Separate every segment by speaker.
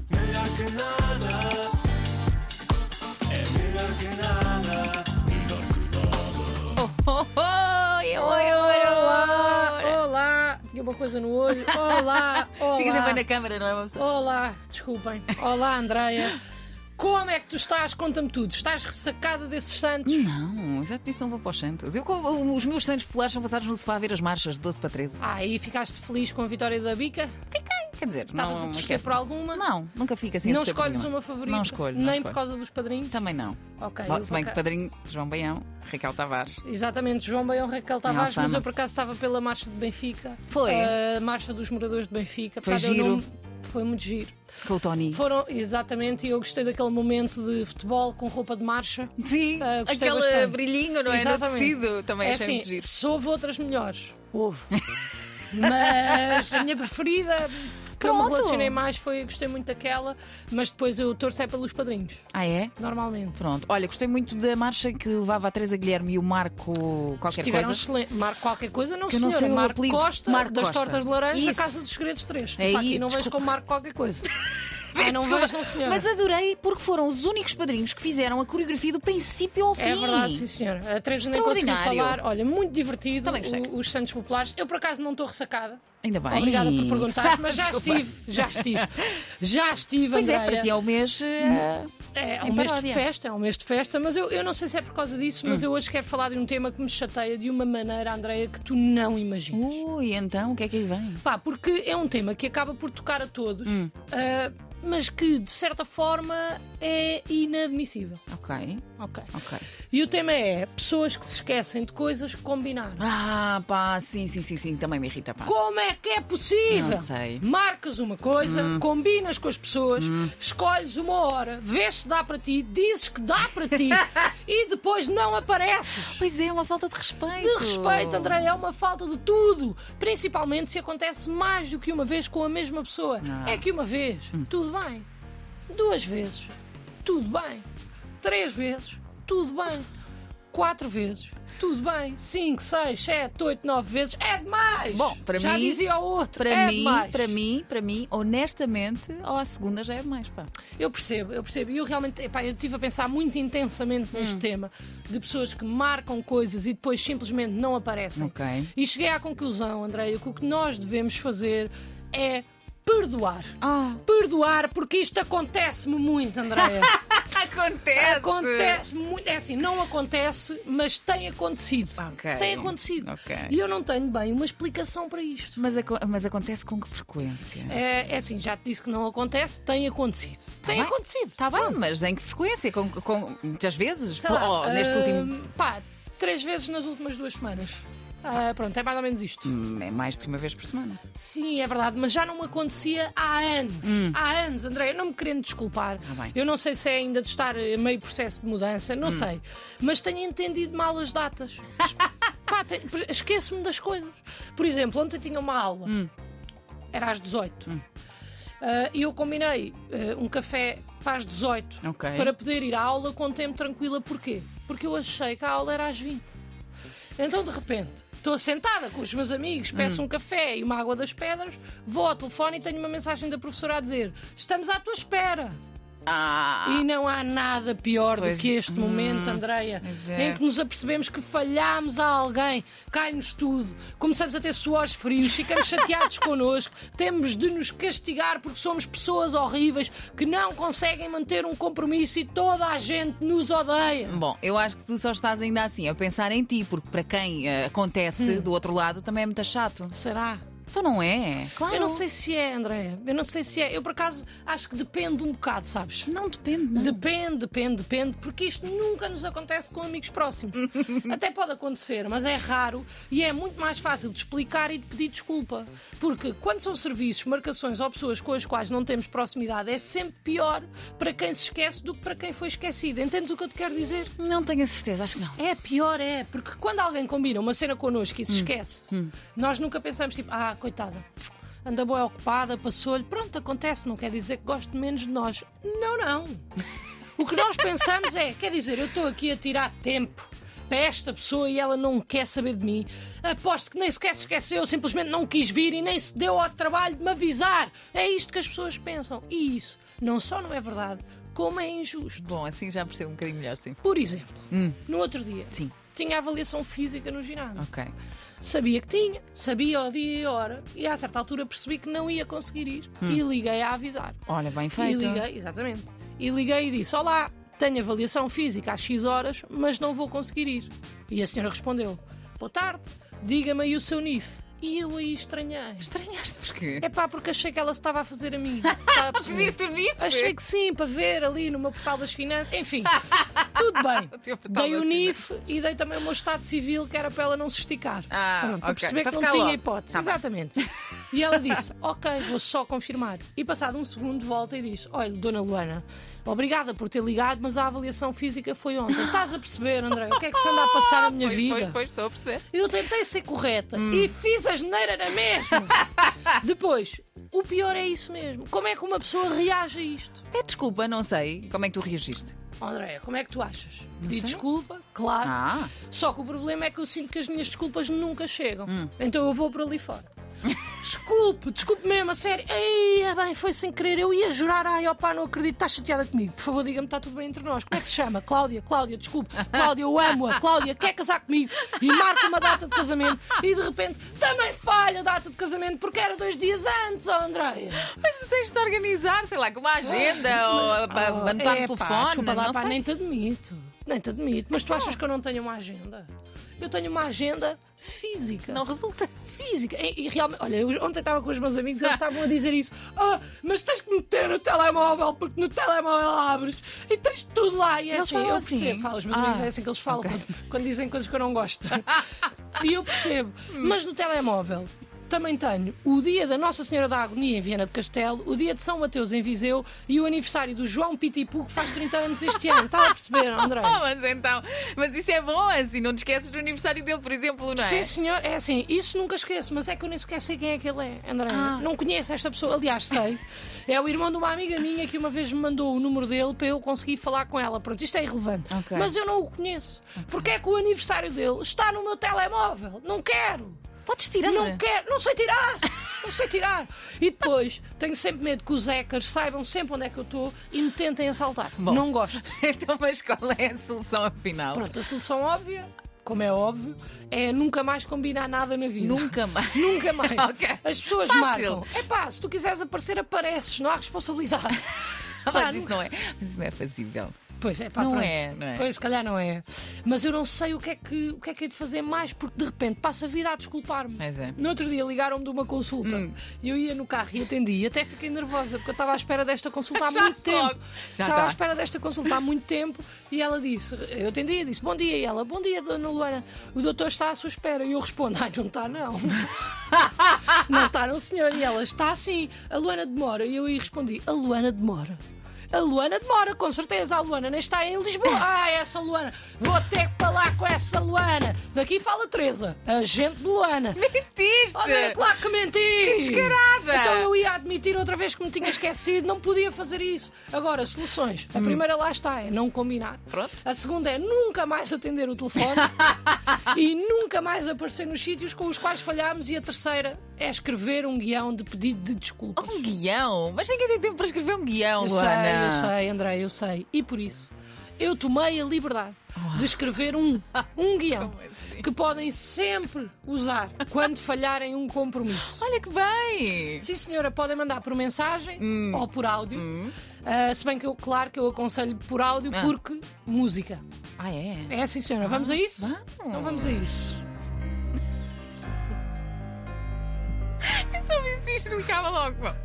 Speaker 1: que nada. É melhor que nada. Melhor que nada.
Speaker 2: Oi, oi, oi, oi.
Speaker 3: Olá, olá. Tinha uma coisa no olho. Olá, olá.
Speaker 2: É. Fica sempre bem na câmara, não é uma pessoa?
Speaker 3: Olá, desculpem. Olá, Andreia. Como é que tu estás? Conta-me tudo. Estás ressacada desses santos?
Speaker 2: Hum. Não, já te disse, não vou para os Santos. Eu, com- os meus Santos Polares são passados no sofá a ver as marchas de 12 para 13.
Speaker 3: Ah, e ficaste feliz com a vitória da Bica?
Speaker 2: Quer dizer,
Speaker 3: Estavas
Speaker 2: não
Speaker 3: a torcer
Speaker 2: esquece.
Speaker 3: por alguma?
Speaker 2: Não, nunca fica assim a
Speaker 3: Não
Speaker 2: torcer por
Speaker 3: escolhes
Speaker 2: nenhuma.
Speaker 3: uma favorita?
Speaker 2: Não escolho.
Speaker 3: Nem
Speaker 2: não
Speaker 3: por
Speaker 2: escolho.
Speaker 3: causa dos padrinhos?
Speaker 2: Também não.
Speaker 3: Ok.
Speaker 2: Bom,
Speaker 3: eu
Speaker 2: Se
Speaker 3: por
Speaker 2: bem que
Speaker 3: aca-
Speaker 2: padrinho João Baião, Raquel Tavares.
Speaker 3: Exatamente, João Baião Raquel Tavares, mas
Speaker 2: Alfama.
Speaker 3: eu por acaso estava pela marcha de Benfica.
Speaker 2: Foi?
Speaker 3: A marcha dos moradores de Benfica.
Speaker 2: Foi
Speaker 3: Apesar de eu
Speaker 2: giro.
Speaker 3: não- Foi muito giro.
Speaker 2: Com o Tony.
Speaker 3: Foram, exatamente, e eu gostei daquele momento de futebol com roupa de marcha.
Speaker 2: Sim,
Speaker 3: Ah, gostei
Speaker 2: aquele
Speaker 3: bastante.
Speaker 2: brilhinho, não é? No
Speaker 3: Exatamente.
Speaker 2: tecido. Também
Speaker 3: é
Speaker 2: achei
Speaker 3: assim,
Speaker 2: muito giro.
Speaker 3: se houve outras melhores, houve. mas a minha preferida, que eu me
Speaker 2: Pronto.
Speaker 3: relacionei mais, foi gostei muito daquela, mas depois eu torço é pelos padrinhos,
Speaker 2: Ah, é?
Speaker 3: normalmente.
Speaker 2: Pronto. Olha, gostei muito da marcha que levava a Teresa Guilherme e o Marco qualquer
Speaker 3: Tiveram
Speaker 2: coisa.
Speaker 3: excelente. Marco qualquer coisa, não
Speaker 2: Que eu não
Speaker 3: senhora.
Speaker 2: sei o
Speaker 3: Marco
Speaker 2: apelido.
Speaker 3: Costa,
Speaker 2: Marco
Speaker 3: das
Speaker 2: Costa.
Speaker 3: tortas de laranja,
Speaker 2: Isso.
Speaker 3: Casa dos Segredos 3.
Speaker 2: É
Speaker 3: aqui
Speaker 2: isso,
Speaker 3: não vejo
Speaker 2: desculpa.
Speaker 3: como Marco qualquer coisa. Ai, não
Speaker 2: Desculpa.
Speaker 3: vejo, um não senhora.
Speaker 2: Mas adorei porque foram os únicos padrinhos que fizeram a coreografia do princípio ao fim.
Speaker 3: É verdade, sim, senhora. A Teresa nem conseguiu
Speaker 2: Extraordinário.
Speaker 3: falar. Olha, muito divertido.
Speaker 2: Também gostei.
Speaker 3: o- os Santos Populares. Eu, por acaso, não estou ressacada.
Speaker 2: Ainda bem.
Speaker 3: Obrigada por perguntar, mas já
Speaker 2: Desculpa.
Speaker 3: estive, já estive, já estive,
Speaker 2: Pois é,
Speaker 3: Andreia.
Speaker 2: para ti é o mês. eh,
Speaker 3: é, é um
Speaker 2: em
Speaker 3: mês de
Speaker 2: paródia. Hum.
Speaker 3: festa, é um mês de festa, mas eu, eu não sei se é por causa disso, mas eu hoje quero falar de um tema que me chateia de uma maneira, Andreia, que tu não imaginas.
Speaker 2: Ui, então o que é que aí vem?
Speaker 3: Pá, porque é um tema que acaba por tocar a todos,
Speaker 2: Hum.
Speaker 3: ah, mas que, de certa forma, é inadmissível.
Speaker 2: Ok,
Speaker 3: Ok.
Speaker 2: ok.
Speaker 3: E o tema é pessoas que se esquecem de coisas que combinaram.
Speaker 2: Ah, pá, sim, sim, sim, sim, também me irrita, pá.
Speaker 3: Como é que é possível?
Speaker 2: Não sei. Hum.
Speaker 3: Marcas uma coisa, combinas com as pessoas, escolhes uma hora, vês se dá para ti, dizes que dá para ti e depois não apareces.
Speaker 2: Pois é, uma falta de respeito.
Speaker 3: De respeito, André, é uma falta de tudo. Principalmente se acontece mais do que uma vez com a mesma pessoa.
Speaker 2: Ah.
Speaker 3: É que uma vez, tudo bem. Duas vezes, tudo bem. Três vezes, tudo bem. Quatro vezes, tudo bem. Cinco, seis, sete, oito, nove vezes, é demais.
Speaker 2: Bom, para
Speaker 3: Já
Speaker 2: mim-
Speaker 3: dizia o outro,
Speaker 2: Para
Speaker 3: é
Speaker 2: mim,
Speaker 3: demais.
Speaker 2: para mim, para mim, honestamente, ou à segunda já é mais, pá.
Speaker 3: Eu percebo, eu percebo. E eu realmente, epá, eu estive a pensar muito intensamente
Speaker 2: Hum.
Speaker 3: neste tema de pessoas que marcam coisas e depois simplesmente não aparecem.
Speaker 2: Ok.
Speaker 3: E cheguei à conclusão, Andréia, que o que nós devemos fazer é perdoar.
Speaker 2: Ah,
Speaker 3: Perdoar, porque isto acontece-me muito, Andréia.
Speaker 2: acontece.
Speaker 3: acontece-me muito. É assim, não acontece, mas tem acontecido.
Speaker 2: Ok.
Speaker 3: Tem acontecido.
Speaker 2: Ok.
Speaker 3: E eu não tenho bem uma explicação para isto.
Speaker 2: Mas, aco- mas acontece com que frequência?
Speaker 3: É, é assim, já te disse que não acontece, tem acontecido. tem
Speaker 2: Tá bem.
Speaker 3: acontecido.
Speaker 2: Está bem, mas em que frequência? Com, com, muitas vezes?
Speaker 3: Sei lá,
Speaker 2: Oh, neste
Speaker 3: ah,
Speaker 2: último.
Speaker 3: Pá, três vezes nas últimas duas semanas. Ah, pronto, é mais ou menos isto.
Speaker 2: Hum, É mais do que uma vez por semana.
Speaker 3: Sim, é verdade, mas já não me acontecia há anos. Há anos, André, eu não me querendo desculpar.
Speaker 2: Hum. Tá bem. Hum.
Speaker 3: eu não sei se é ainda de estar em meio processo de mudança, não sei. Mas tenho entendido mal as datas. Pá, te- esqueço-me das coisas. Por exemplo, ontem tinha uma
Speaker 2: Hum.
Speaker 3: aula. Era às 18. Ah, E eu combinei ah, um café para as 18
Speaker 2: Ok.
Speaker 3: para poder ir à aula com tempo tranquila. Porquê? Porque eu achei que a aula era às 20. Então, de repente, estou sentada com os meus amigos, peço um café e uma água das pedras, vou ao telefone e tenho uma mensagem da professora a dizer: Estamos à tua espera.
Speaker 2: Ah!
Speaker 3: E não há nada pior
Speaker 2: Pois,
Speaker 3: do que este momento, Andreia,
Speaker 2: pois é.
Speaker 3: em que nos apercebemos que falhámos a alguém, cai-nos tudo, começamos a ter suores frios, ficamos chateados connosco, temos de nos castigar porque somos pessoas horríveis que não conseguem manter um compromisso e toda a gente nos odeia.
Speaker 2: Bom, eu acho que tu só estás ainda assim a pensar em ti, porque para quem eh,
Speaker 3: Hum.
Speaker 2: acontece do outro lado também é muito chato.
Speaker 3: Será?
Speaker 2: Então não é? Claro.
Speaker 3: Eu não sei se é, Andréia. Eu não sei se é. Eu, por acaso, acho que depende um bocado, sabes?
Speaker 2: Não depende, não.
Speaker 3: Depende, depende, depende, porque isto nunca nos acontece com amigos próximos. Até pode acontecer, mas é raro e é muito mais fácil de explicar e de pedir desculpa. Porque quando são serviços, marcações ou pessoas com as quais não temos proximidade, é sempre pior para quem se esquece do que para quem foi esquecido. Entendes o que eu te quero dizer?
Speaker 2: Não tenho a certeza, acho que não.
Speaker 3: É, pior é, porque quando alguém combina uma cena connosco e se esquece, nós nunca pensamos tipo, ah, coitada, anda boa ocupada, passou-lhe, pronto, acontece, não quer dizer que goste menos de nós. Não, não. O que nós pensamos é, quer dizer, eu estou aqui a tirar tempo. para esta pessoa e ela não quer saber de mim. Aposto que nem sequer se esqueceu, simplesmente não quis vir e nem se deu ao trabalho de me avisar. É isto que as pessoas pensam. E isso não só não é verdade, como é injusto.
Speaker 2: Bom, assim já percebo um bocadinho melhor, sim.
Speaker 3: Por exemplo, no outro dia
Speaker 2: Sim,
Speaker 3: tinha avaliação física no ginásio.
Speaker 2: ok.
Speaker 3: Sabia que tinha, sabia o dia e a hora, e a certa altura percebi que não ia conseguir ir e liguei a avisar.
Speaker 2: Olha, bem
Speaker 3: E
Speaker 2: feito.
Speaker 3: liguei, exatamente. E liguei e disse: Olá, tenho avaliação física às X horas, mas não vou conseguir ir. E a senhora respondeu: Boa tarde, diga-me aí o seu NIF. E eu aí estranhei.
Speaker 2: Estranhaste porquê?
Speaker 3: É pá, porque achei que ela se estava a fazer a mim. Está a perceber?
Speaker 2: Pedir-te o NIF?
Speaker 3: Achei que sim, para ver ali no meu portal das finanças. Enfim, tudo bem.
Speaker 2: O teu um portal
Speaker 3: Dei o
Speaker 2: das
Speaker 3: NIF e dei também o meu estado civil, que era para ela não se esticar.
Speaker 2: Ah,
Speaker 3: Pronto, para
Speaker 2: ok.
Speaker 3: perceber
Speaker 2: Para
Speaker 3: que não
Speaker 2: ficar
Speaker 3: tinha
Speaker 2: logo.
Speaker 3: hipótese.
Speaker 2: Tá bem.
Speaker 3: Exatamente. E ela disse: Ok, vou só confirmar. E passado um segundo, volta e diz: Olha, dona Luana, obrigada por ter ligado, mas a avaliação física foi ontem. Estás a perceber, André, o que é que se anda a passar na minha
Speaker 2: Pois,
Speaker 3: vida?
Speaker 2: pois, Hum. pois, estou a perceber.
Speaker 3: Eu tentei ser correta e fiz a geneira na mesma. Depois, o pior é isso mesmo. Como é que uma pessoa reage a isto?
Speaker 2: Pede desculpa, não sei como é que tu reagiste.
Speaker 3: Andréia, como é que tu achas? Pedi
Speaker 2: sei.
Speaker 3: desculpa, claro.
Speaker 2: Ah,
Speaker 3: Só que o problema é que eu sinto que as minhas desculpas nunca chegam.
Speaker 2: Hum.
Speaker 3: Então eu vou para ali fora. desculpe, desculpe mesmo, a sério. Ei, é bem, foi sem querer. Eu ia jurar, ai, opá, não acredito, estás chateada comigo. Por favor, diga-me, está tudo bem entre nós. Como é que se chama? Cláudia, Cláudia, desculpe. Cláudia, eu amo-a. Cláudia, quer casar comigo. E marca uma data de casamento. E de repente, também falha a data de casamento porque era dois dias antes, ó Andréia.
Speaker 2: mas tu tens de organizar, sei lá, com uma agenda ou
Speaker 3: Oh,
Speaker 2: a- anotar
Speaker 3: epá,
Speaker 2: no telefone.
Speaker 3: desculpa lá,
Speaker 2: não
Speaker 3: pá,
Speaker 2: sei.
Speaker 3: nem te admito. Nem te admito. Mas tu achas que eu não tenho uma agenda? Eu tenho uma agenda física.
Speaker 2: Não resulta.
Speaker 3: Física. E, e realmente, olha, eu ontem estava com os meus amigos, eles estavam a dizer isso. Ah, mas tens que meter no telemóvel, porque no telemóvel abres e tens tudo lá. E é
Speaker 2: Eles
Speaker 3: assim,
Speaker 2: falam
Speaker 3: eu
Speaker 2: assim?
Speaker 3: percebo. Fala, os meus
Speaker 2: Ah,
Speaker 3: amigos é assim que eles falam
Speaker 2: ok.
Speaker 3: quando, quando dizem coisas que eu não gosto. e eu percebo.
Speaker 2: Hum.
Speaker 3: Mas no telemóvel. Também tenho o dia da Nossa Senhora da Agonia em Viena de Castelo, o dia de São Mateus em Viseu e o aniversário do João Pitipu, que faz 30 anos este ano. Está a perceber, André?
Speaker 2: Ah, mas então, mas isso é bom assim, não te esqueces do aniversário dele, por exemplo, não é?
Speaker 3: Sim, senhor, é assim, isso nunca esqueço, mas é que eu nem sequer sei quem é que ele é, André.
Speaker 2: Ah.
Speaker 3: Não conheço esta pessoa, aliás, sei. É o irmão de uma amiga minha que uma vez me mandou o número dele para eu conseguir falar com ela. Pronto, isto é irrelevante.
Speaker 2: Ok.
Speaker 3: Mas eu não o conheço. Porque é que o aniversário dele está no meu telemóvel. Não quero.
Speaker 2: Podes tirar.
Speaker 3: Não quero, não sei tirar, não sei tirar. E depois tenho sempre medo que os hackers saibam sempre onde é que eu estou e me tentem assaltar.
Speaker 2: Bom.
Speaker 3: Não gosto.
Speaker 2: Então, mas qual é a solução afinal?
Speaker 3: Pronto, a solução óbvia, como é óbvio, é nunca mais combinar nada na vida.
Speaker 2: Nunca mais.
Speaker 3: Nunca mais.
Speaker 2: Ok.
Speaker 3: As pessoas
Speaker 2: Fácil.
Speaker 3: marcam. É pá, se tu quiseres aparecer, apareces, não há responsabilidade.
Speaker 2: Ah,
Speaker 3: Pá,
Speaker 2: mas isso não é, mas isso não é fazível.
Speaker 3: Pois é, pá,
Speaker 2: Não
Speaker 3: pronto.
Speaker 2: é, não é?
Speaker 3: Pois, se calhar não é. Mas eu não sei o que é que, o que, é que hei de fazer mais, porque de repente passo a vida a desculpar-me.
Speaker 2: Mas é. Hum.
Speaker 3: No outro dia ligaram-me de uma consulta e eu ia no carro e atendi. E até fiquei nervosa, porque eu estava à espera desta consulta há
Speaker 2: Já
Speaker 3: muito
Speaker 2: estou logo.
Speaker 3: tempo.
Speaker 2: Já tá.
Speaker 3: estava à
Speaker 2: está.
Speaker 3: espera desta consulta há muito tempo e ela disse: Eu atendi e disse, Bom dia. E ela, Bom dia, dona Luana, o doutor está à sua espera. E eu respondo: Ai, não está, não. Não está, não, senhor. E ela está assim. A Luana demora. E eu aí respondi: A Luana demora. A Luana demora, com certeza. A Luana nem está em Lisboa. Ah, essa Luana. Vou ter que falar com essa Luana. Daqui fala Teresa, agente de Luana.
Speaker 2: Mentiste!
Speaker 3: Olha, Oh, claro que menti!
Speaker 2: é descarada!
Speaker 3: Então eu ia admitir outra vez que me tinha esquecido, não podia fazer isso. Agora, soluções. A primeira lá está, é não combinar.
Speaker 2: Hum. Pronto.
Speaker 3: A segunda é nunca mais atender o telefone e nunca mais aparecer nos sítios com os quais falhámos. E a terceira é escrever um guião de pedido de desculpa.
Speaker 2: Um guião? Mas ninguém tem tempo para escrever um guião,
Speaker 3: Eu sei,
Speaker 2: Luana.
Speaker 3: eu sei, André, eu sei. E por isso, eu tomei a liberdade de escrever um, um guião
Speaker 2: Oh. Como assim?
Speaker 3: que podem sempre usar quando falharem um compromisso.
Speaker 2: Olha que bem!
Speaker 3: Sim, senhora, podem mandar por mensagem
Speaker 2: Hum.
Speaker 3: ou por áudio. Ah, se bem que eu, claro que eu aconselho por áudio
Speaker 2: Ah.
Speaker 3: porque música.
Speaker 2: Ah, é?
Speaker 3: É sim, senhora. Vamos a isso?
Speaker 2: Vamos.
Speaker 3: Então vamos a isso.
Speaker 2: Eu só me insisto, não acaba logo. Bom.
Speaker 3: É.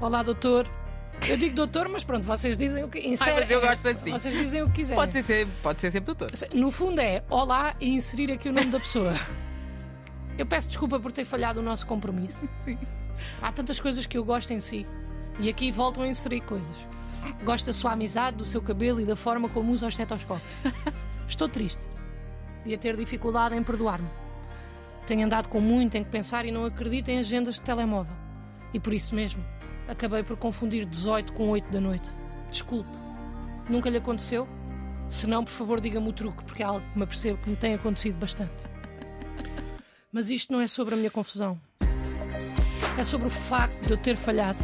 Speaker 3: Olá, doutor. Eu digo doutor, mas pronto, vocês dizem o que inserem-
Speaker 2: mas eu gosto assim.
Speaker 3: Vocês dizem o que quiserem.
Speaker 2: Pode ser, sempre- pode ser sempre doutor.
Speaker 3: No fundo é olá e inserir aqui o nome da pessoa. Eu peço desculpa por ter falhado o nosso compromisso.
Speaker 2: Sim.
Speaker 3: Há tantas coisas que eu gosto em si. E aqui voltam a inserir coisas. Gosto da sua amizade, do seu cabelo e da forma como usa o estetoscópio. Estou triste. E a ter dificuldade em perdoar-me. Tenho andado com muito em que pensar e não acredito em agendas de telemóvel. E por isso mesmo, acabei por confundir 18 com 8 da noite. Desculpe. Nunca lhe aconteceu? Se não, por favor, diga-me o truque, porque é algo que me apercebo que me tem acontecido bastante. Mas isto não é sobre a minha confusão. É sobre o facto de eu ter falhado.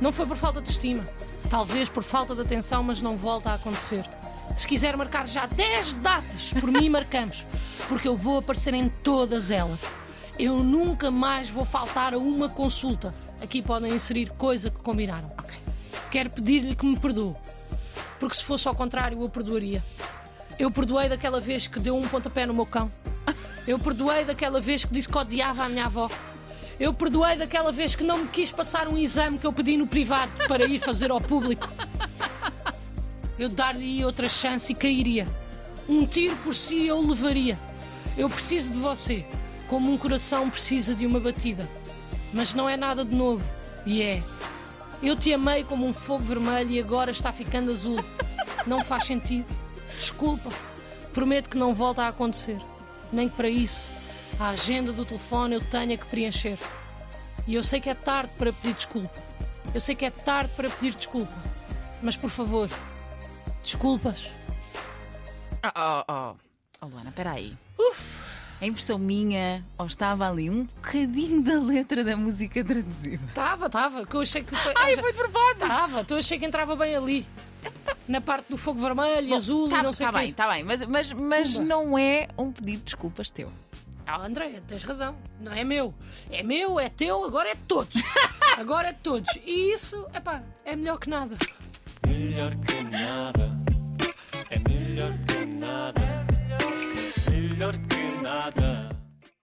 Speaker 3: Não foi por falta de estima, talvez por falta de atenção, mas não volta a acontecer. Se quiser marcar já 10 datas, por mim marcamos, porque eu vou aparecer em todas elas. Eu nunca mais vou faltar a uma consulta. Aqui podem inserir coisa que combinaram. Quero pedir-lhe que me perdoe, porque se fosse ao contrário, eu perdoaria. Eu perdoei daquela vez que deu um pontapé no meu cão. Eu perdoei daquela vez que disse que odiava a minha avó. Eu perdoei daquela vez que não me quis passar um exame que eu pedi no privado para ir fazer ao público. Eu dar-lhe outra chance e cairia. Um tiro por si eu levaria. Eu preciso de você, como um coração precisa de uma batida. Mas não é nada de novo. E é. Eu te amei como um fogo vermelho e agora está ficando azul. Não faz sentido. Desculpa. Prometo que não volta a acontecer. Nem que para isso a agenda do telefone eu tenha que preencher. E eu sei que é tarde para pedir desculpa. Eu sei que é tarde para pedir desculpa. Mas por favor, desculpas.
Speaker 2: Oh, oh, oh. oh Luana, peraí. A impressão minha, ou estava ali um bocadinho da letra da música traduzida.
Speaker 3: Tava, tava, que eu achei que foi.
Speaker 2: Ai,
Speaker 3: eu já-
Speaker 2: foi de propósito.
Speaker 3: Tava, tu achei que entrava bem ali. Na parte do fogo vermelho, e azul
Speaker 2: tá,
Speaker 3: e não sei
Speaker 2: tá
Speaker 3: o quê.
Speaker 2: bem, tá bem, mas, mas, mas
Speaker 3: Pumba.
Speaker 2: não é um pedido de desculpas teu.
Speaker 3: Ah, André, tens razão. Não é meu. É meu, é teu, agora é de todos. Agora é de todos. E isso, epá, é melhor que nada.
Speaker 1: Melhor que nada, é melhor que nada, melhor que nada.